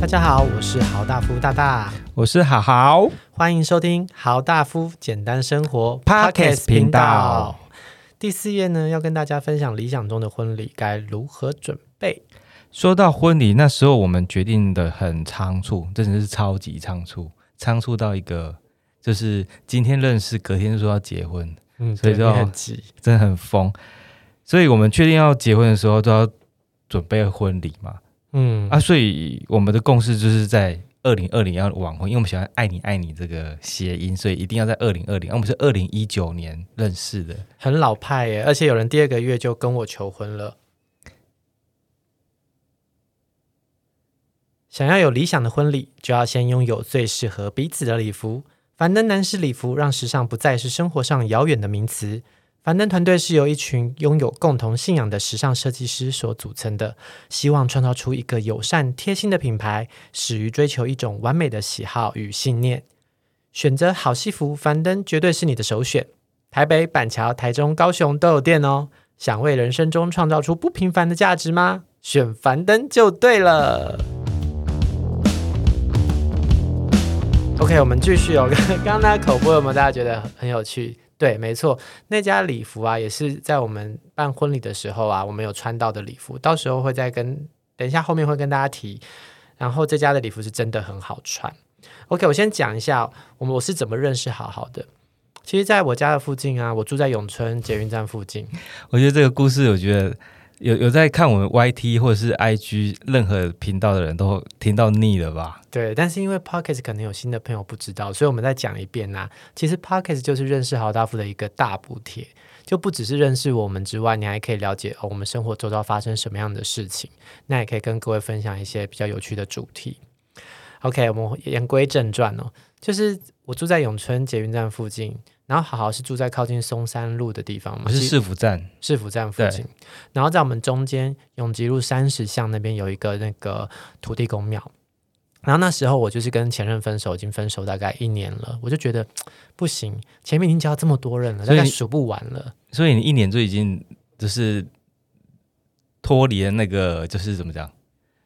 大家好，我是豪大夫大大，我是好好，欢迎收听豪大夫简单生活 Podcast 频道。第四页呢，要跟大家分享理想中的婚礼该如何准备。说到婚礼，那时候我们决定的很仓促，真的是超级仓促，仓促到一个就是今天认识，隔天就说要结婚，嗯，所以对就你很急，真的很疯。所以我们确定要结婚的时候，都要准备婚礼嘛。嗯啊，所以我们的共识就是在二零二零要晚婚，因为我们喜欢“爱你爱你”这个谐音，所以一定要在二零二零。我们是二零一九年认识的，很老派耶，而且有人第二个月就跟我求婚了。想要有理想的婚礼，就要先拥有最适合彼此的礼服。樊登男士礼服让时尚不再是生活上遥远的名词。樊登团队是由一群拥有共同信仰的时尚设计师所组成的，希望创造出一个友善贴心的品牌，始于追求一种完美的喜好与信念。选择好西服，樊登绝对是你的首选。台北、板桥、台中、高雄都有店哦。想为人生中创造出不平凡的价值吗？选樊登就对了。OK，我们继续哦。 刚刚那口播有没有大家觉得很有趣？对，没错，那家礼服啊，也是在我们办婚礼的时候啊，我们有穿到的礼服，到时候会再跟，等一下后面会跟大家提。然后这家的礼服是真的很好穿。OK，我先讲一下哦我们我是怎么认识好好的。其实，在我家的附近啊，我住在永春捷运站附近。我觉得这个故事，我觉得有有在看我们 YT 或者是 IG 任何频道的人都听到腻了吧？对，但是因为 Pocket 可能有新的朋友不知道，所以我们再讲一遍啦、啊其实 Pocket 就是认识豪大夫的一个大补贴，就不只是认识我们之外，你还可以了解哦，我们生活周遭发生什么样的事情。那也可以跟各位分享一些比较有趣的主题。OK，我们言归正传哦，就是我住在永春捷运站附近，然后好好是住在靠近松山路的地方嘛，我是其实市府站，市府站附近，然后在我们中间永吉路三十巷那边有一个那个土地公庙。然后那时候我就是跟前任分手，已经分手大概一年了，我就觉得不行，前面已经交这么多人了，大所以概你数不完了。所以你一年就已经就是脱离了那个就是怎么讲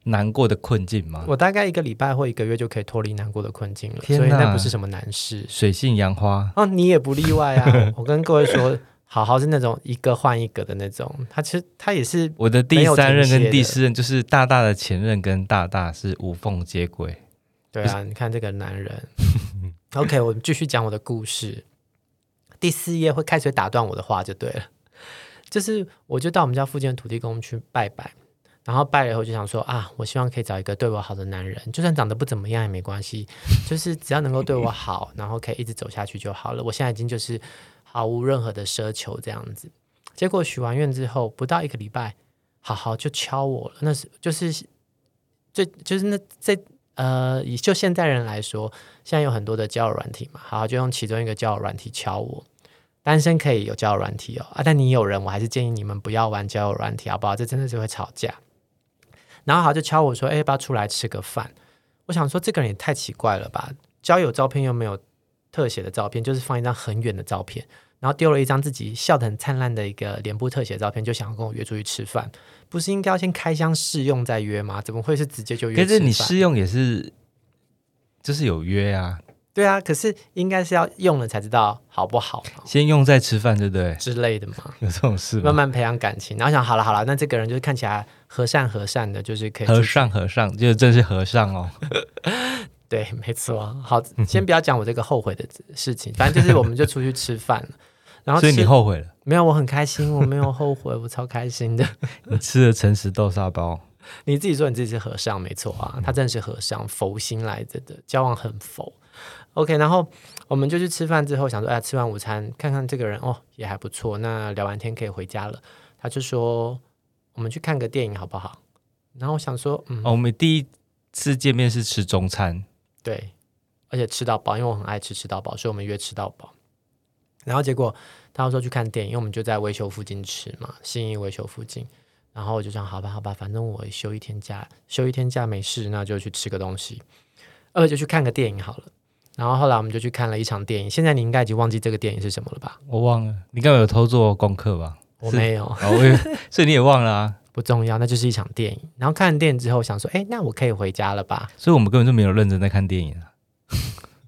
难过的困境嘛。我大概一个礼拜或一个月就可以脱离难过的困境了，嗯天所以那哪不是什么难事。水性杨花，哦，你也不例外 啊！我跟各位说，好好是那种一个换一个的那种，他其实他也是我的没第有三停任歇跟第的四任就是大大的前任跟大大是无缝接轨。对啊，你看这个男人。OK，我继续讲我的故事。第四页会开始打断我的话就对了，就是我就到我们家附近的土地公去拜拜，然后拜了以后就想说啊，我希望可以找一个对我好的男人，就算长得不怎么样也没关系，就是只要能够对我好，然后可以一直走下去就好了。我现在已经就是毫无任何的奢求这样子。结果许完愿之后不到一个礼拜，好好就敲我了，那是就是最就是那在呃，以就现代人来说，现在有很多的交友软体嘛，好，就用其中一个交友软体敲我。单身可以有交友软体哦，啊，但你有人，我还是建议你们不要玩交友软体，好不好？这真的是会吵架。然后好就敲我说，哎、要不要出来吃个饭？我想说这个人也太奇怪了吧，交友照片又没有特写的照片，就是放一张很远的照片，然后丢了一张自己笑得很灿烂的一个脸部特写的照片，就想要跟我约出去吃饭，不是应该要先开箱试用再约吗？怎么会是直接就约吃可饭？是你试用也是就是有约啊，对啊，可是应该是要用了才知道好不好嘛先用再吃饭，对不对？之类 的嘛，有这种事慢吗？慢培养感情，然后想好了好了，那这个人就是看起来和善和善的，就是可以和去尚，和尚，就真是和尚哦。 对，没错。好，嗯先不要讲我这个后悔的事情，反正就是我们就出去吃饭了，然后所以你吃后悔了，没有，我很开心，我没有后悔，我超开心的。你吃了诚实豆沙包。你自己说你自己是和尚，没错啊，他真的是和尚，佛心来着的，交往很佛。OK，然后我们就去吃饭之后，想说，哎，吃完午餐看看这个人，哦，也还不错。那聊完天可以回家了。他就说，我们去看个电影好不好？然后我想说，嗯，哦，我们第一次见面是吃中餐，对，而且吃到饱，因为我很爱吃吃到饱，所以我们约吃到饱。然后结果他说去看电影，因为我们就在维修附近吃嘛，信义维修附近。然后我就想，好吧，好吧，反正我休一天假，休一天假没事，那就去吃个东西，呃二就去看个电影好了。然后后来我们就去看了一场电影，现在你应该已经忘记这个电影是什么了吧？我忘了。你刚有偷做功课吧？我是没有， 哦，我以为所以你也忘了啊？不重要，那就是一场电影。然后看完电影之后想说，哎，那我可以回家了吧？所以我们根本就没有认真在看电影啊。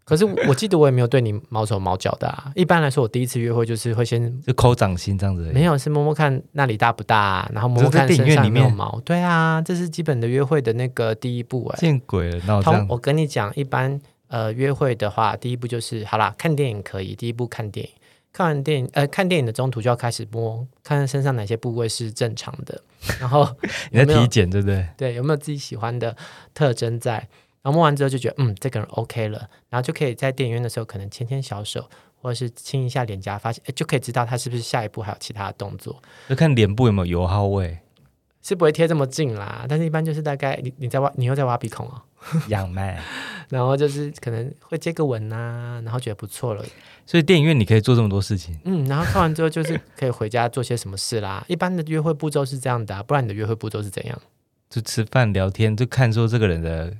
可是我记得我也没有对你毛手毛脚的啊。一般来说，我第一次约会就是会先就抠掌心这样子而已。没有是摸摸看那里大不大、然后摸这摸是在看电影身院上里有没有面毛。对啊，这是基本的约会的那个第一步哎、见鬼了，那啊我这通样，我跟你讲，一般呃约会的话，第一步就是好啦，看电影可以，第一步看电影，看完电影呃看电影的中途就要开始摸，看身上哪些部位是正常 的，然后你在有没有体检对不对？对有没有自己喜欢的特征在，然后摸完之后就觉得嗯这个人 OK 了，然后就可以在电影院的时候可能牵牵小手。或者是亲一下脸颊，发现哎诶就可以知道他是不是下一步还有其他的动作，就看脸部有没有油耗味，是不会贴这么近啦。但是一般就是大概你你在挖，你又在挖鼻孔哦，养麦。然后就是可能会接个吻呐、然后觉得不错了，所以电影院你可以做这么多事情，嗯，然后看完之后就是可以回家做些什么事啦。一般的约会步骤是这样的、啊，不然你的约会步骤是怎样？就吃饭聊天，就看说这个人的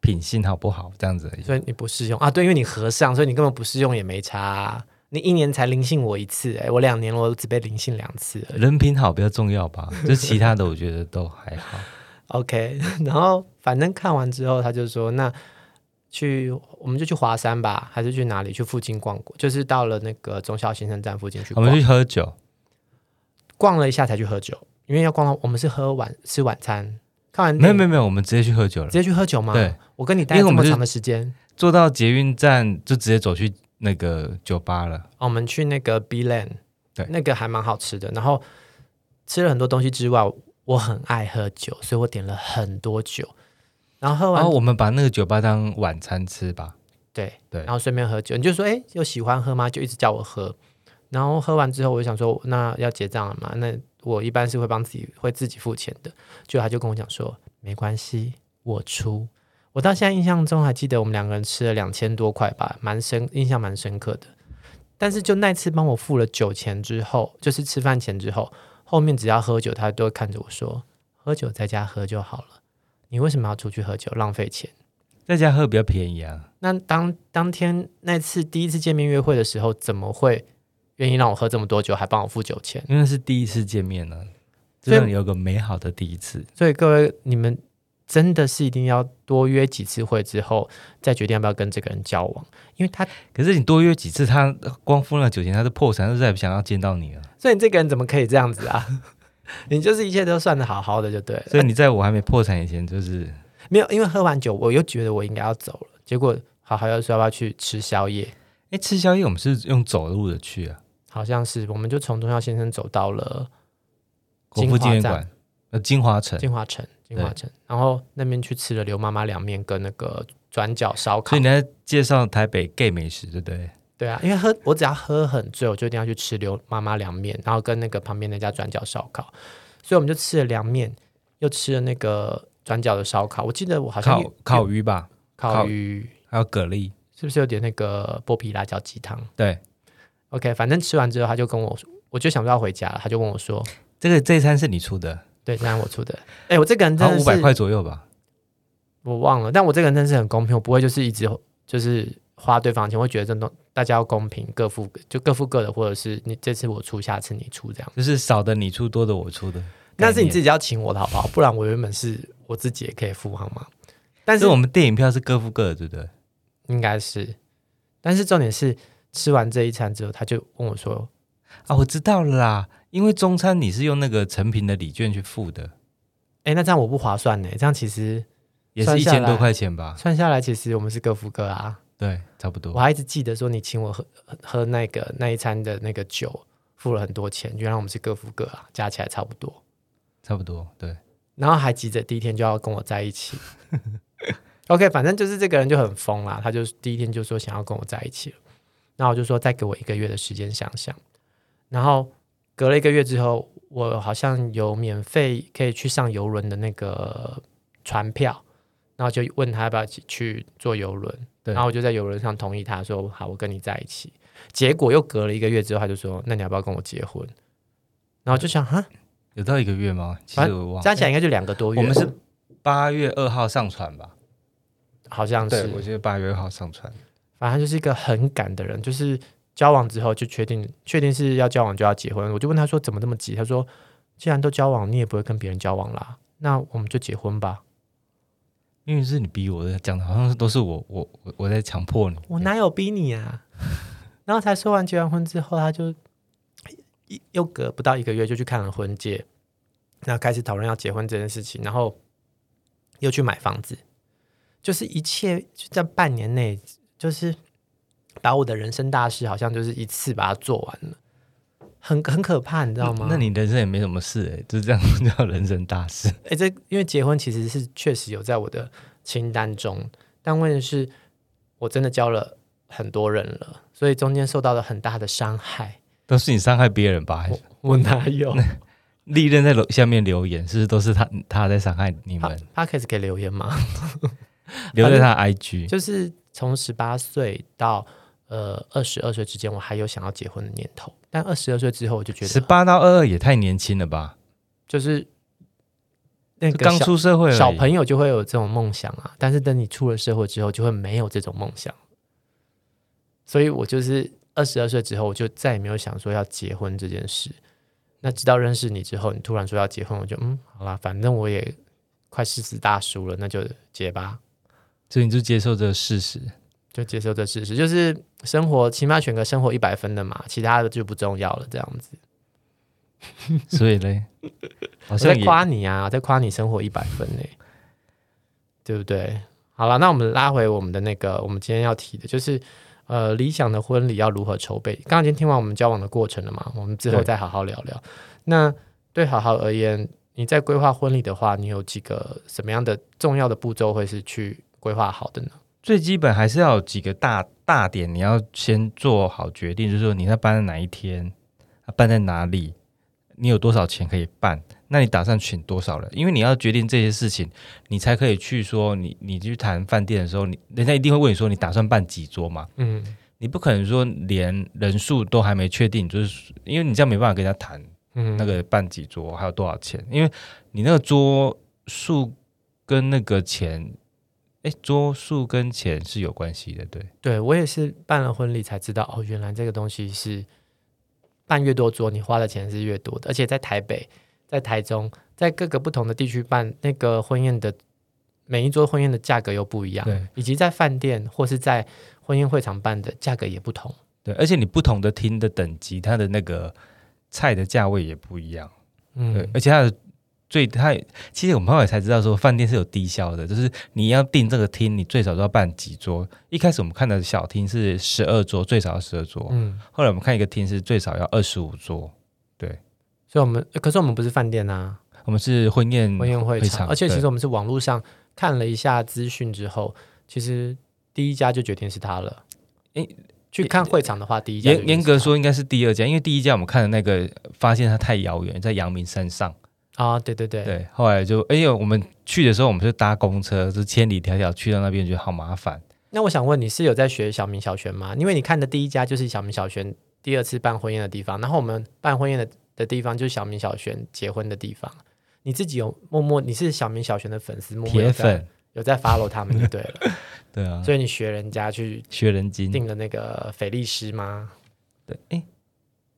品性好不好这样子而已。所以你不适用啊？对，因为你和尚，所以你根本不适用也没差啊、你一年才灵性我一次、哎，我两年我只被灵性两次而已。人品好比较重要吧，就其他的我觉得都还好。 OK，然 后反正看完之后，他就说那去我们就去华山吧，还是去哪里？去附近逛逛，就是到了那个忠孝新生站附近去我逛。们去喝酒，逛了一下才去喝酒，因为要逛到我们是喝晚吃晚餐，看完没有没有有没有，我们直接去喝酒了直，接去喝酒吗？对，我跟你待因了为这我么们是长的时间，坐到捷运站就直接走去那个酒吧了。哦我们去那个 B Land，对那个还蛮好吃的。然后吃了很多东西之外，我很爱喝酒，所以我点了很多酒，然后喝然完、哦后我们把那个酒吧当晚餐吃吧，对对然后顺便喝酒，你就说哎，有喜欢喝吗？就一直叫我喝。然后喝完之后，我就想说，那要结账了嘛？那我一般是会帮自己会自己付钱的。就他就跟我讲说，没关系，我出。我到现在印象中还记得我们两个人吃了两千多块吧，蛮深，印象蛮深刻的。但是就那次帮我付了酒钱之后，就是吃饭钱之后，后面只要喝酒，他都会看着我说，喝酒在家喝就好了，你为什么要出去喝酒，浪费钱？在家喝比较便宜啊。那当当天那次第一次见面约会的时候，怎么会愿意让我喝这么多酒，还帮我付酒钱？因为是第一次见面呢、所这以让你有个美好的第一次。所以各位，你们真的是一定要多约几次会之后，再决定要不要跟这个人交往，因为他，可是你多约几次，他光付那酒钱，他就破产，他就再也不想要见到你了。所以你这个人怎么可以这样子啊？你就是一切都算的好好的就对了，所以你在我还没破产以前，就是没有因为喝完酒，我又觉得我应该要走了，结果好好要说要不要去吃宵夜，哎，吃宵夜我们是用走路的去啊，好像是我们就从中校先生走到了国父纪念馆，呃，金华城。金华城，金华城，然后那边去吃了刘妈妈凉面跟那个转角烧所烤以。你在介绍台北 gay 美食，对不对？对啊，因为喝我只要喝很醉，我就一定要去吃刘妈妈凉面，然后跟那个旁边那家转角烧烤，所以我们就吃了凉面，又吃了那个转角的烧烤。我记得我好像烤有烤鱼吧，烤烤鱼，还有蛤蜊，是不是有点那个剥皮辣椒鸡汤对。 ？OK，反正吃完之后他就跟我说，我就想不到回家了，他就问我说，这个这一餐是你出的，对，这样我 出的，哎，我这个人好真像的五百是块左右吧。我忘了，但我这个人真是很公平，我不会就是一直就是花对方的钱，我会觉得这种大家要公平，各付就各付各的，或者是你这次我出，下次你出这样。就是少的你出，多的我出的。那是你己。自己要请我的好不好？不然我原本是我自己也可以付好吗？但是所以我们电影票是各付各的，对不对？应该是，但是重点是吃完这一餐之后，他就问我说啊，我知道了啦，因为中餐你是用那个成品的礼券去付的，：“哎，那这样我不划算呢？这样其实也是算一下来千多块钱吧？算下来，其实我们是各付各啊。对，差不”我多。还一直记得说你请我喝喝那个那一餐的那个酒，付了很多钱，原来我们是各付各啊，加起来差不多。差不多，对，然后还急着第一天就要跟我在一起。OK，反正就是这个人就很疯啦，他就第一天就说想要跟我在一起了，那我就说再给我一个月的时间想想。然后隔了一个月之后，我好像有免费可以去上游轮的那个船票，然后就问他要不要一起去坐游轮，对然后我就在游轮上同意他说好，我跟你在一起。结果又隔了一个月之后，他就说那你要不要跟我结婚？然后我就想哈，有到一个月吗？其反实我忘了，加起来应该就两个多月，我们是八月二号上传吧？好像对是，我记得八月二号上传。反正他就是一个很赶的人，就是交往之后就确定确定是要交往就要结婚。我就问他说怎么这么急，他说既然都交往，你也不会跟别人交往啦，那我们就结婚吧。因为是你逼我的，讲的好像是都是我我我我在强迫你。我哪有逼你啊？ 然后才说完结完婚之后，他就一又隔不到一个月就去看了婚戒，那开始讨论要结婚这件事情，然后又去买房子，就是一切就在半年内，就是把我的人生大事好像就是一次把它做完了，很很可怕，你知道吗？那你人生也没什么事哎、就这样 叫人生大事。哎、这因为结婚其实是确实有在我的清单中，但问题是，我真的交了很多人了，所以中间受到了很大的伤害。都是你伤害别人吧？还是我我哪 有历任在楼下面留言，是不是都是他他在伤害你们？ p 开始给留言吗？ 留在他的 IG，就是从十八岁到呃二十二岁之间，我还有想要结婚的念头，但二十二岁之后我就觉十得，八到二二也太年轻了吧？就是那就个刚小出社会而已小朋友就会有这种梦想啊，但是等你出了社会之后，就会没有这种梦想。所以我就是二十二岁之后，我就再也没有想说要结婚这件事。那直到认识你之后，你突然说要结婚，我就嗯，好啦，反正我也快四十大叔了，那就结吧，所以你就接受这个 事实。就接受这事实，就是生活起码选个生活一百分的嘛，其他的就不重要了，这样子。所以嘞，好我像在也夸你啊，在夸你生活一百分呢，对不对？好了，那我们拉回我们的那个，我们今天要提的就是，呃，理想的婚礼要如何筹备？刚刚已经听完我们交往的过程了嘛，我们之后对再好好聊聊。那对好好而言，你在规划婚礼的话，你有几个什么样的重要的步骤会是去规划好的呢？最基本还是要有几个大大点，你要先做好决定，就是说你要办在哪一天，啊办在哪里，你有多少钱可以办，那你打算请多少人？因为你要决定这些事情，你才可以去说你你去谈饭店的时候，你人家一定会问你说你打算办几桌嘛？嗯，你不可能说连人数都还没确定，就是因为你这样没办法跟人家谈嗯那个办几桌还有多少钱，因为你那个桌数跟那个钱，哎，桌数跟钱是有关系的，对。对我也是办了婚礼才知道，哦，原来这个东西是办越多桌，你花的钱是越多的。而且在台北、在台中、在各个不同的地区办那个婚宴的，每一桌婚宴的价格又不一样对，以及在饭店或是在婚宴会场办的价格也不同。对，而且你不同的厅的等级，它的那个菜的价位也不一样。对，嗯，而且它的最它其实我们后来才知道说，饭店是有低消的，就是你要订这个厅，你最少都要办几桌。一开始我们看的小厅是十二桌，最少十二桌。嗯，后来我们看一个厅是最少要二十五桌。所以我们可是我们不是饭店啊，我们是婚宴婚宴会嗯会场，场而且其实对我们是网络上看了一下资讯之后，其实第一家就决定是他了。诶去看会场的话，第一家就决严定严是格他说应该是第二家，因为第一家我们看的那个发现它太遥远，在阳明山上。啊，对对对，对，后来就哎呦，我们去的时候我们就搭公车，就千里迢迢去到那边，觉得好麻烦。那我想问你是有在学小明小轩吗？因为你看的第一家就是小明小轩第二次办婚宴的地方，然后我们办婚宴的的地方就是小明小轩结婚的地方。你自己有默默你是小明小轩的粉丝，默默有铁在粉，有在 follow 他们就对 了，对啊，所以你学人家去学人精，订了那个菲利斯吗？对，哎，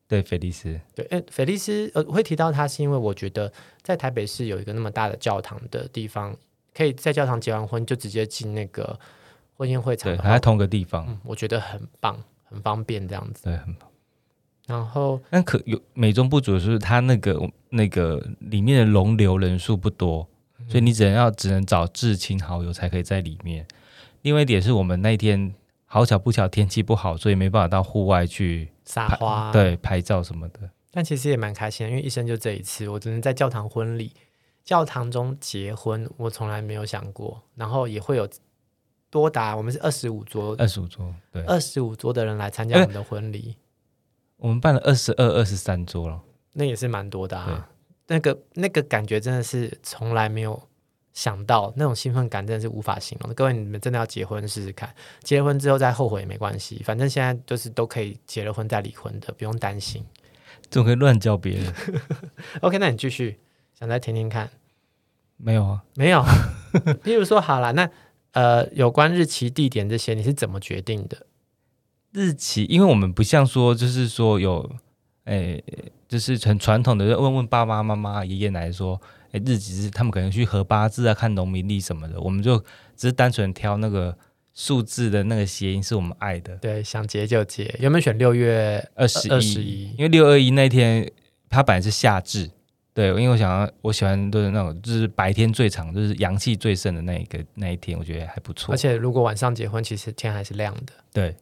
对，菲利斯，对，诶，菲利斯呃，我会提到他是因为我觉得在台北市有一个那么大的教堂的地方，可以在教堂结完婚就直接进那个婚宴会场对，的还在话，同个地方，嗯，我觉得很棒，很方便这样子。对，很棒。然后但可有美中不足的是，它那个那个里面的容留人数不多，所以你只能要只能找至亲好友才可以在里面。另外一点是我们那一天好巧不巧天气不好，所以没办法到户外去撒拍花，，对拍照什么的。但其实也蛮开心的，因为一生就这一次，我只能在教堂婚礼、教堂中结婚，我从来没有想过，然后也会有多达我们是二十五桌，二十五桌，对，二十五桌的人来参呃加我们的婚礼，我们办了二十二、二十三桌了。那也是蛮多的啊。那个那个感觉真的是从来没有想到，那种兴奋感真的是无法形容的。各位，你们真的要结婚试试看，结婚之后再后悔也没关系，反正现在就是都可以结了婚再离婚的，不用担心。怎么可以乱叫别人？ OK，那你继续，想再听听看。没有啊，没有， 比如说好了，那呃，有关日期、地点这些，你是怎么决定的？日期，因为我们不像说，就是说有哎，就是很传统的问问爸爸妈妈、爷爷奶奶说，哎，日子是他们可能去合八字啊、看农民历什么的，我们就只是单纯挑那个数字的那个谐音是我们爱的对，想结就结。原本选六月呃二十一，一因，为六二一那天它本来是夏至，对，因为我想要我喜欢都是那种就是白天最长、就是阳气最盛的那一个那一天，我觉得还不错而。且如果晚上结婚，其实天还是亮的。对，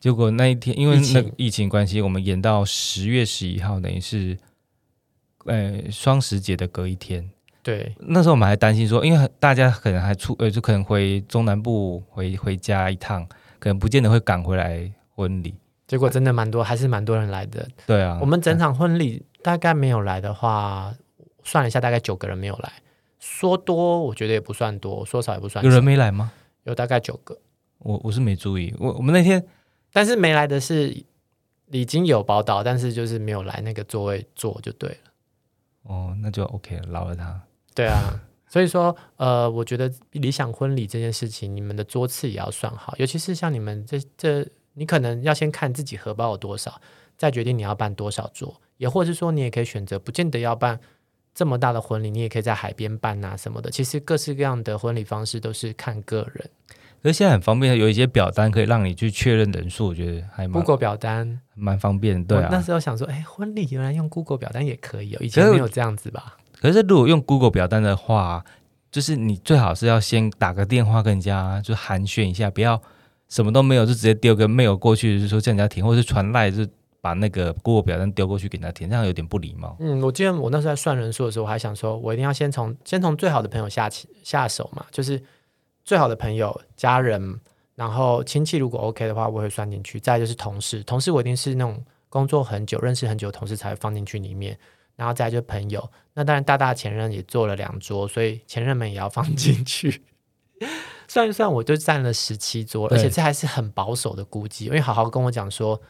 结果那一天因为疫情那个疫情关系，我们延到十月十一号，等于是呃双十节的隔一天。对，那时候我们还担心说，因为大家可能还出呃，就可能回中南部回回家一趟，可能不见得会赶回来婚礼。结果真的蛮多，还是蛮多人来的。对啊，我们整场婚礼大概没有来的话，算了一下，大概九个人没有来。说多我觉得也不算多，说少也不算少。有人没来吗？有大概九个，我我是没注意，我我们那天但是没来的是已经有报道，但是就是没有来那个座位坐就对了。哦，那就 OK 了，饶了他。对啊，所以说，呃，我觉得理想婚礼这件事情，你们的桌次也要算好，尤其是像你们这这，你可能要先看自己荷包有多少，再决定你要办多少桌，也或者是说你也可以选择，不见得要办这么大的婚礼，你也可以在海边办啊什么的。其实各式各样的婚礼方式都是看个人，可是现在很方便，有一些表单可以让你去确认人数，我觉得还蛮 Google 表单。蛮方便的。我对那啊，时候想说，哎，婚礼原来用 Google 表单也可以哦，以前可是没有这样子吧？可是如果用 Google 表单的话，就是你最好是要先打个电话跟人家就寒暄一下，不要什么都没有就直接丢个 mail 过去，就是说叫人家填，或者是传赖就是把那个 Google 表单丢过去给人家填，这样有点不礼貌。嗯，我记得我那时候在算人数的时候，我还想说，我一定要先从先从最好的朋友下起下手嘛，就是最好的朋友、家人，然后亲戚如果 OK 的话，我会算进去。再来就是同事，同事我一定是那种工作很久、认识很久的同事才会放进去里面。然后再来就是朋友，那当然大大前任也做了两桌，所以前任们也要放进去。 算一算，我就占了十七桌，而对且这还是很保守的估计，因为好好跟我讲说，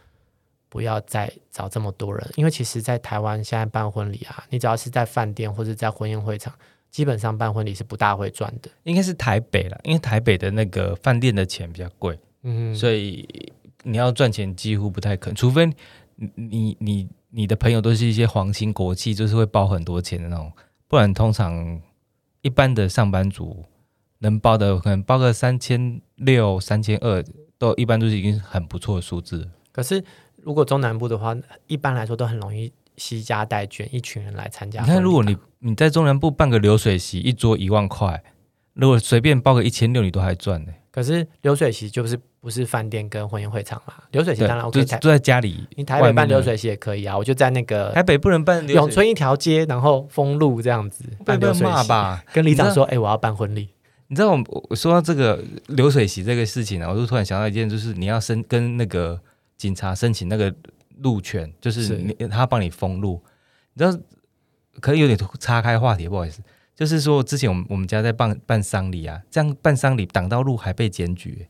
不要再找这么多人，因为其实，在台湾现在办婚礼啊，你只要是在饭店或者在婚宴会场，基本上办婚礼是不大会赚的。应该是台北啦，因为台北的那个饭店的钱比较贵，嗯，所以你要赚钱几乎不太可能，除非你你你你的朋友都是一些皇亲国戚，就是会包很多钱的那种，不然通常一般的上班族能包的可能包个三千六、三千二，都一般都是已经很不错的数字了。可是如果中南部的话，一般来说都很容易惜家带眷，一群人来参加你婚礼嘛。看，如果你你在中南部办个流水席，一桌一万块，如果随便包个一千六，你都还赚呢、可是流水席就是不是饭店跟婚宴会场啦，流水席对当然，就 OK 台就在家里。你台北外面办的流水席也可以啊，我就在那个台北不能办流永水席，春一条街，然后封路这样子被办被流水骂席，吧？跟里你长知说，哎、我要办婚礼，你知道我我我说到这个流水席这个事情呢、啊我就突然想到一件，就是你要申跟那个警察申请那个路权，就是是你他帮你封路。你知道，可能有点岔开话题，不好意思。就是说，之前我们我们家在办办丧礼啊，这样办丧礼挡到路还被检举、欸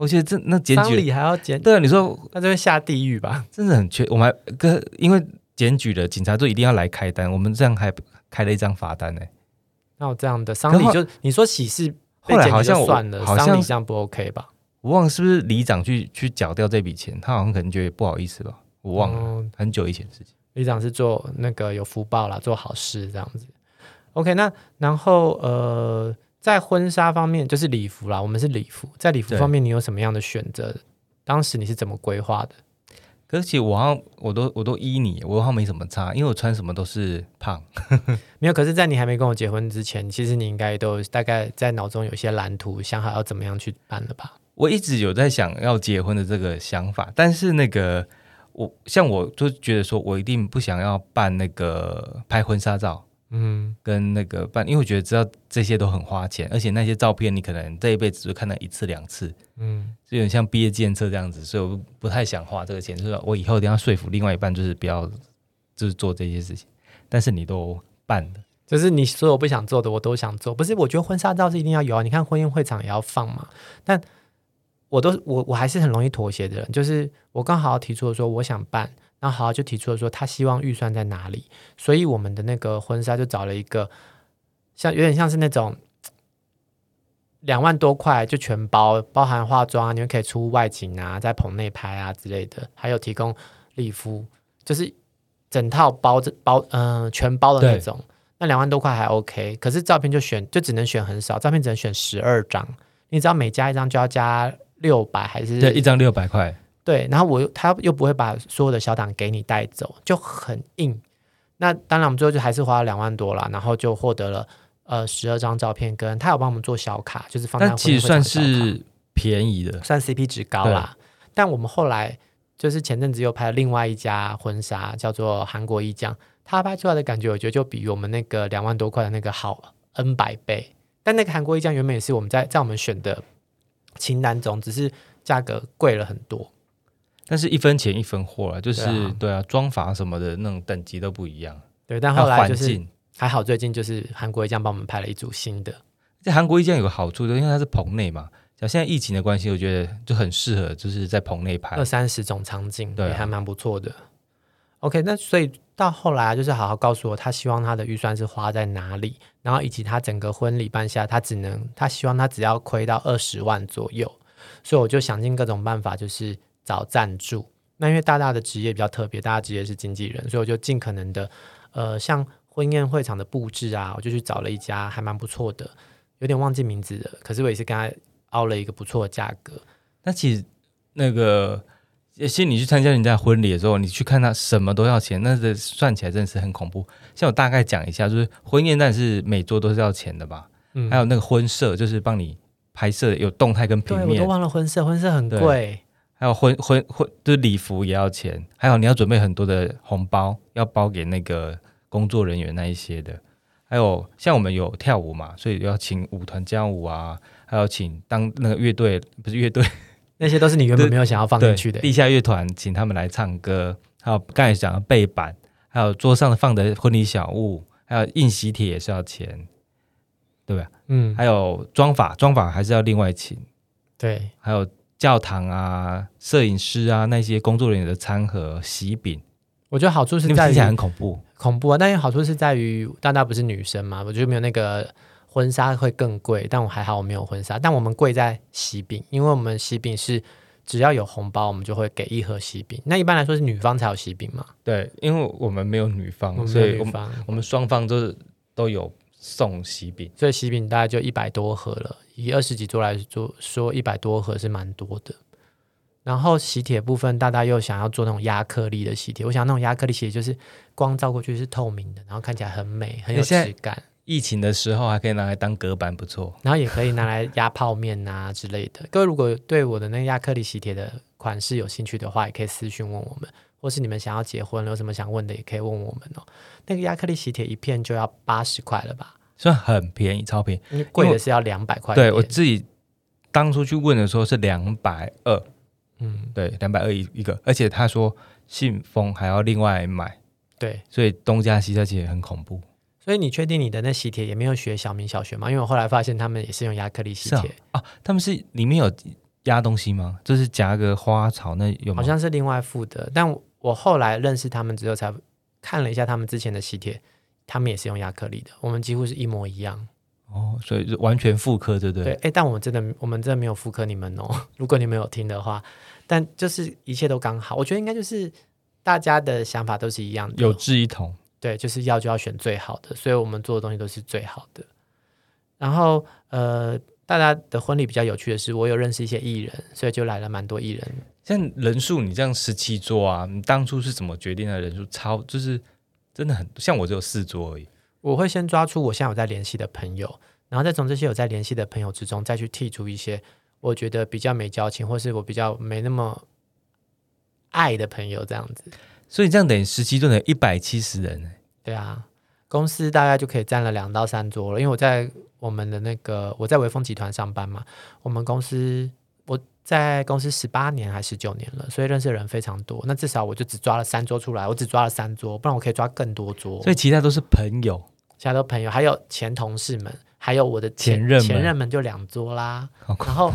我觉得这那检丧举，礼还要检，对啊，你说那就会下地狱吧？真的很缺，我们还跟因为检举了，警察就一定要来开单，我们这样还开了一张罚单呢、欸那有这样的丧礼后就你说喜事被后来检举好像就我算了，好丧像礼这样不 OK 吧？我忘了是不是里长去去缴掉这笔钱，他好像可能觉得不好意思吧，我忘了，嗯很久以前的事情。里长是做那个有福报啦，做好事这样子。OK，那然后呃，在婚纱方面就是礼服啦，我们是礼服，在礼服对方面你有什么样的选择？当时你是怎么规划的？可是其实我好像我都我都依你，我好像没什么差，因为我穿什么都是胖。没有，可是，在你还没跟我结婚之前，其实你应该都大概在脑中有一些蓝图，想好要怎么样去办了吧？我一直有在想要结婚的这个想法，但是那个我像我就觉得说我一定不想要办那个拍婚纱照嗯，跟那个办，因为我觉得知道这些都很花钱，而且那些照片你可能这一辈子就看到一次两次，嗯，就有点像毕业纪念册这样子，所以我不不太想花这个钱，就是我以后一定要说服另外一半，就是不要就是做这些事情。但是你都办了，就是你所有不想做的，我都想做。不是，我觉得婚纱照是一定要有啊，你看婚宴会场也要放嘛。但我都我我还是很容易妥协的人，就是我刚好好提出了说我想办，然后好好就提出了说他希望预算在哪里，所以我们的那个婚纱就找了一个像有点像是那种两万多块就全包，包含化妆啊，你们可以出外景啊，在棚内拍啊之类的，还有提供礼服，就是整套包着包，嗯、全包的那对种，那两万多块还 OK。可是照片就选就只能选很少，照片只能选十二张，你只要每加一张就要加六百还是对，一张六百块，对，然后我又他又不会把所有的小档给你带走，就很硬。那当然，我们最后就还是花了两万多啦，然后就获得了呃十二张照片跟，他有帮我们做小卡，就是放在但其实算婚宴会场的是便宜的小卡。算 CP 值高啦。但我们后来就是前阵子又拍了另外一家婚纱，叫做韩国一江，他拍出来的感觉，我觉得就比我们那个两万多块的那个好 N 百倍。但那个韩国一江原本也是我们在在我们选的清单中，只是价格贵了很多。但是一分钱一分货啦，就是对啊对啊，妆法什么的那种等级都不一样，对，但还有后来环就是境。还好，最近就是韩国一将帮我们拍了一组新的，在韩国一间有个好处，因为它是棚内嘛，像现在疫情的关系，我觉得就很适合就是在棚内拍二。三十种场景，对啊也还蛮不错的。OK，那所以到后来啊就是好好告诉我，他希望他的预算是花在哪里，然后以及他整个婚礼办下来，他只能他希望他只要亏到二十万左右，所以我就想尽各种办法，就是找赞助。那因为大大的职业比较特别，大大职业是经纪人，所以我就尽可能的，呃，像婚宴会场的布置啊，我就去找了一家还蛮不错的，有点忘记名字了，可是我也是跟他凹了一个不错的价格。那其实那个，其实你去参加人家婚礼的时候，你去看他什么都要钱，那这算起来真的是很恐怖。像我大概讲一下，就是婚宴但是每桌都是要钱的吧，嗯还有那个婚摄就是帮你拍摄有动态跟平对，我面都，忘了婚摄，婚摄很对贵。还有婚婚婚，就是礼服也要钱，还有你要准备很多的红包，要包给那个工作人员那一些的。还有像我们有跳舞嘛，所以要请舞团教舞啊，还有请当那个乐队不是乐队，那些都是你原本没有想要放进去的。地下乐团，请他们来唱歌。还有刚才讲的背板，还有桌上放的婚礼小物，还有印喜帖也是要钱，对吧？嗯，还有妆法，妆法还是要另外请。对，还有教堂啊、摄影师啊那些工作人员的餐盒、喜饼，我觉得好处是你们在听起来很于恐怖。恐怖啊，但是好处是在于大大不是女生嘛，我觉得没有那个婚纱会更贵，但我还好我没有婚纱，但我们贵在喜饼，因为我们喜饼是只要有红包我们就会给一盒喜饼，那一般来说是女方才有喜饼嘛，对，因为我们没有女我方，们所没有以我女们方，我们双方都是都有送喜饼。所以喜饼大概就一百多盒了，以二十几桌来说，说一百多盒是蛮多的。然后喜帖部分，大大又想要做那种亚克力的喜帖，我想那种亚克力喜帖就是光照过去是透明的，然后看起来很美，很有你现在质感，疫情的时候还可以拿来当隔板，不错。然后也可以拿来压泡面啊之类的。各位如果对我的那个亚克力喜帖的款式有兴趣的话，也可以私讯问我们，或是你们想要结婚了有什么想问的，也可以问我们哦。那个亚克力喜帖一片就要八十块了吧？算很便宜，超便宜。因为贵的是要两百块一片。对我自己当初去问的时候是两百二，嗯，对，两百二一一个，而且他说信封还要另外买，对。所以东家西家其实很恐怖。所以你确定你的那喜帖也没有学小明小学吗？因为我后来发现他们也是用亚克力喜是啊帖，啊，他们是里面有压东西吗？就是夹个花草那有吗？好像是另外附的。但我我后来认识他们之后，才看了一下他们之前的喜帖，他们也是用亚克力的，我们几乎是一模一样。哦，所以就完全复刻，对不对，对？哎，但我们真的我们真的没有复刻你们哦， 如果你们有听的话，但就是一切都刚好，我觉得应该就是大家的想法都是一样的，有志一同，对，就是要就要选最好的，所以我们做的东西都是最好的。然后呃，大家的婚礼比较有趣的是，我有认识一些艺人，所以就来了蛮多艺人。像人数你这样十七桌啊，你当初是怎么决定的人数？超就是真的很像我只有四桌而已，我会先抓出我现在有在联系的朋友，然后再从这些有在联系的朋友之中，再去剔除一些我觉得比较没交情，或是我比较没那么爱的朋友，这样子。所以这样等于十七桌等于一百七十人、欸，对啊，公司大概就可以占了两到三桌了。因为我在我们的那个我在微风集团上班嘛，我们公司我在公司十八年还是九年了，所以认识的人非常多。那至少我就只抓了三桌出来，我只抓了三桌，不然我可以抓更多桌。所以其他都是朋友。其他都朋友，还有前同事们，还有我的前任们前任们就两桌啦。好恐然后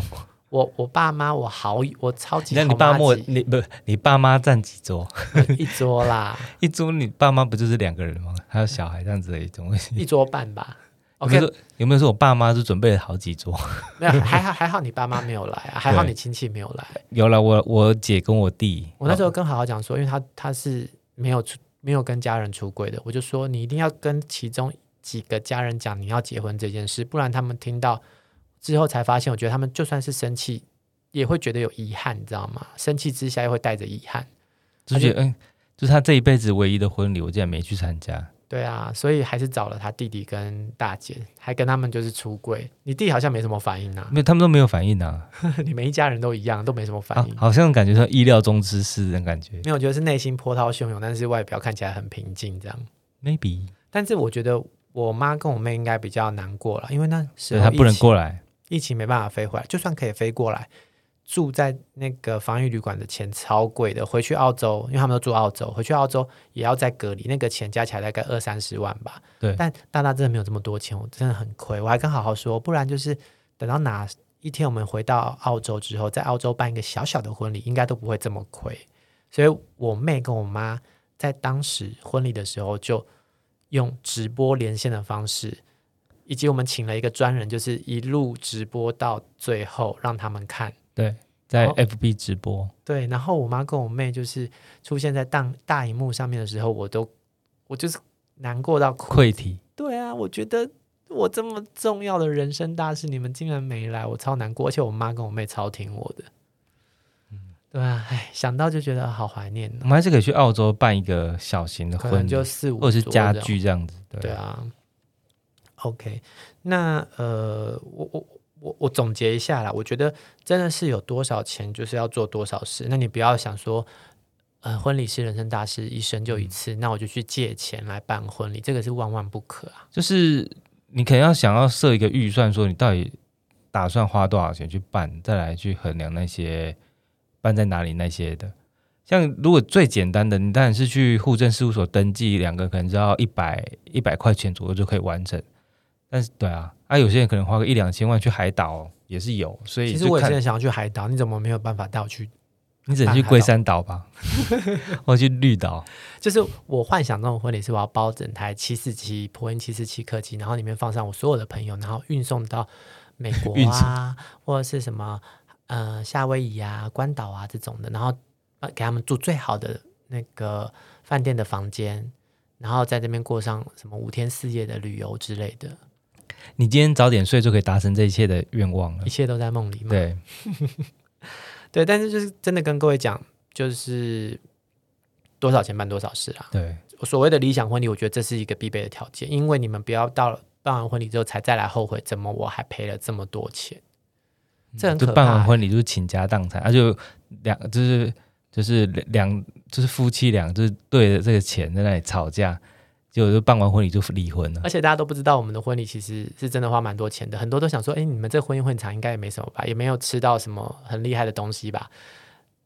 我我爸妈我好友我超级那你好爸妈妈级你不你爸妈占几桌？ 一桌啦，一桌你爸妈不就是两个人吗？还有小孩这样子的一种。一桌半吧。有没 OK，有说有没有说我爸妈是准备了好几桌？没有还好还好你爸妈没有来啊，还好对你亲戚没有来。有了，我我姐跟我弟，哦我那时候跟好好讲说，因为他他是没有出没有跟家人出柜的，我就说你一定要跟其中几个家人讲你要结婚这件事，不然他们听到之后才发现，我觉得他们就算是生气，也会觉得有遗憾，你知道吗？生气之下又会带着遗憾，就觉得嗯，就是他这一辈子唯一的婚礼，我竟然没去参加。对啊，所以还是找了他弟弟跟大姐，还跟他们就是出柜。你弟好像没什么反应啊，没有，他们都没有反应啊，你们一家人都一样，都没什么反啊应。好像感觉到意料中之事的感觉没有，我觉得是内心波涛汹涌，但是外表看起来很平静这样。 ，maybe，但是我觉得我妈跟我妹应该比较难过了，因为那时所以候他不能疫情过来。疫情没办法飞回来，就算可以飞过来，住在那个防疫旅馆的钱超贵的。回去澳洲，因为他们都住澳洲，回去澳洲也要再隔离，那个钱加起来大概二三十万吧。对但大大真的没有这么多钱，我真的很亏。我还跟好好说，不然就是等到哪一天我们回到澳洲之后，在澳洲办一个小小的婚礼，应该都不会这么亏。所以我妹跟我妈在当时婚礼的时候，就用直播连线的方式，以及我们请了一个专人，就是一路直播到最后让他们看。对，在好 FB 直播，对，然后我妈跟我妹就是出现在大大荧幕上面的时候，我都我就是难过到哭。溃体，对啊，我觉得我这么重要的人生大事，你们竟然没来，我超难过。而且我妈跟我妹超挺我的。嗯对啊，哎，想到就觉得好怀念我哦。们还是可以去澳洲办一个小型的可婚能礼，就四五或者是桌家这样具这样子。对对，啊。OK，那呃，我我我我总结一下啦，我觉得真的是有多少钱就是要做多少事。那你不要想说，呃，婚礼是人生大事，一生嗯就一次，那我就去借钱来办婚礼，这个是万万不可啊。就是你可能要想要设一个预算，说你到底打算花多少钱去办，再来去衡量那些办在哪里那些的。像如果最简单的，你当然是去户政事务所登记，两个可能只要一百一百块钱左右就可以完成。但是对啊，啊有些人可能花个一两千万去海岛也是有，所以其实就我看现在想要去海岛，你怎么没有办法带我去？你只能去龟山岛 吧，或者去绿岛。就是我幻想中的婚礼是我要包整台七四七波音七四七客机，然后里面放上我所有的朋友，然后运送到美国 运啊，或者是什么呃夏威夷啊、关岛啊这种的，然后呃给他们住最好的那个饭店的房间，然后在这边过上什么五天四夜的旅游之类的，你今天早点睡就可以达成这一切的愿望了一。切都在梦里嘛。 对，对，但是就是真的跟各位讲，就是多少钱办多少事啊啦。对，所谓的理想婚礼，我觉得这是一个必备的条件，因为你们不要到了办完婚礼之后才再来后悔，怎么我还赔了这么多钱？这很就可办怕完欸婚礼就是倾家荡产，而、啊、就两就是就是两就是夫妻俩就是对着这个钱在那里吵架，结果就办完婚礼就离婚了而。且大家都不知道，我们的婚礼其实是真的花蛮多钱的，很多都想说，哎，你们这婚宴会场应该也没什么吧，也没有吃到什么很厉害的东西吧？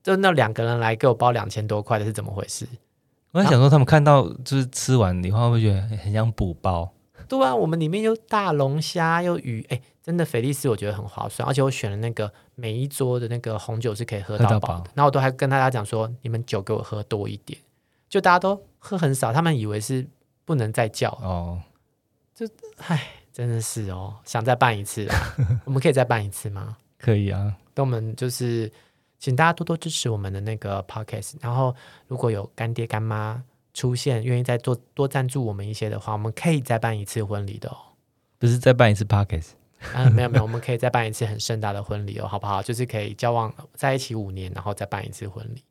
就那两个人来给我包两千多块的是怎么回事？我在想说，他们看到就是吃完以后，会不会觉得很想补包？对啊，我们里面有大龙虾，有鱼，哎，真的菲力斯我觉得很划算，而且我选了那个每一桌的那个红酒是可以喝喝到到饱饱的，然后我都还跟大家讲说，你们酒给我喝多一点，就大家都喝很少，他们以为是不能再叫，哦，真的是哦，想再办一次啦，我们可以再办一次吗？可以啊，那我们就是请大家多多支持我们的那个 podcast，然后如果有干爹干妈出现，愿意再多多赞助我们一些的话，我们可以再办一次婚礼的哦。不是再办一次 pockets，啊，没有没有，我们可以再办一次很盛大的婚礼哦，好不好？就是可以交往在一起五年，然后再办一次婚礼。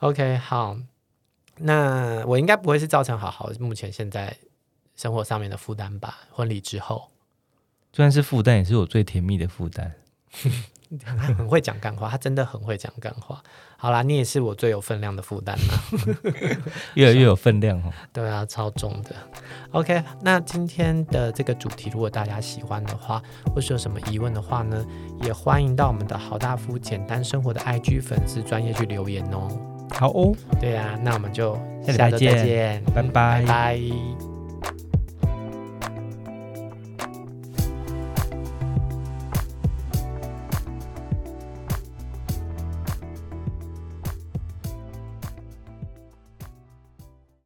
OK，好，那我应该不会是造成好好目前现在生活上面的负担吧？婚礼之后，虽然是负担，也是我最甜蜜的负担。他很会讲干话，他真的很会讲干话。好啦，你也是我最有分量的负担啦，越来越有分量哦。对啊，超重的。OK，那今天的这个主题，如果大家喜欢的话，或是有什么疑问的话呢，也欢迎到我们的好大夫简单生活的 IG 粉丝专业去留言哦。好哦，对啊，那我们就下礼拜周见再见，拜嗯拜拜拜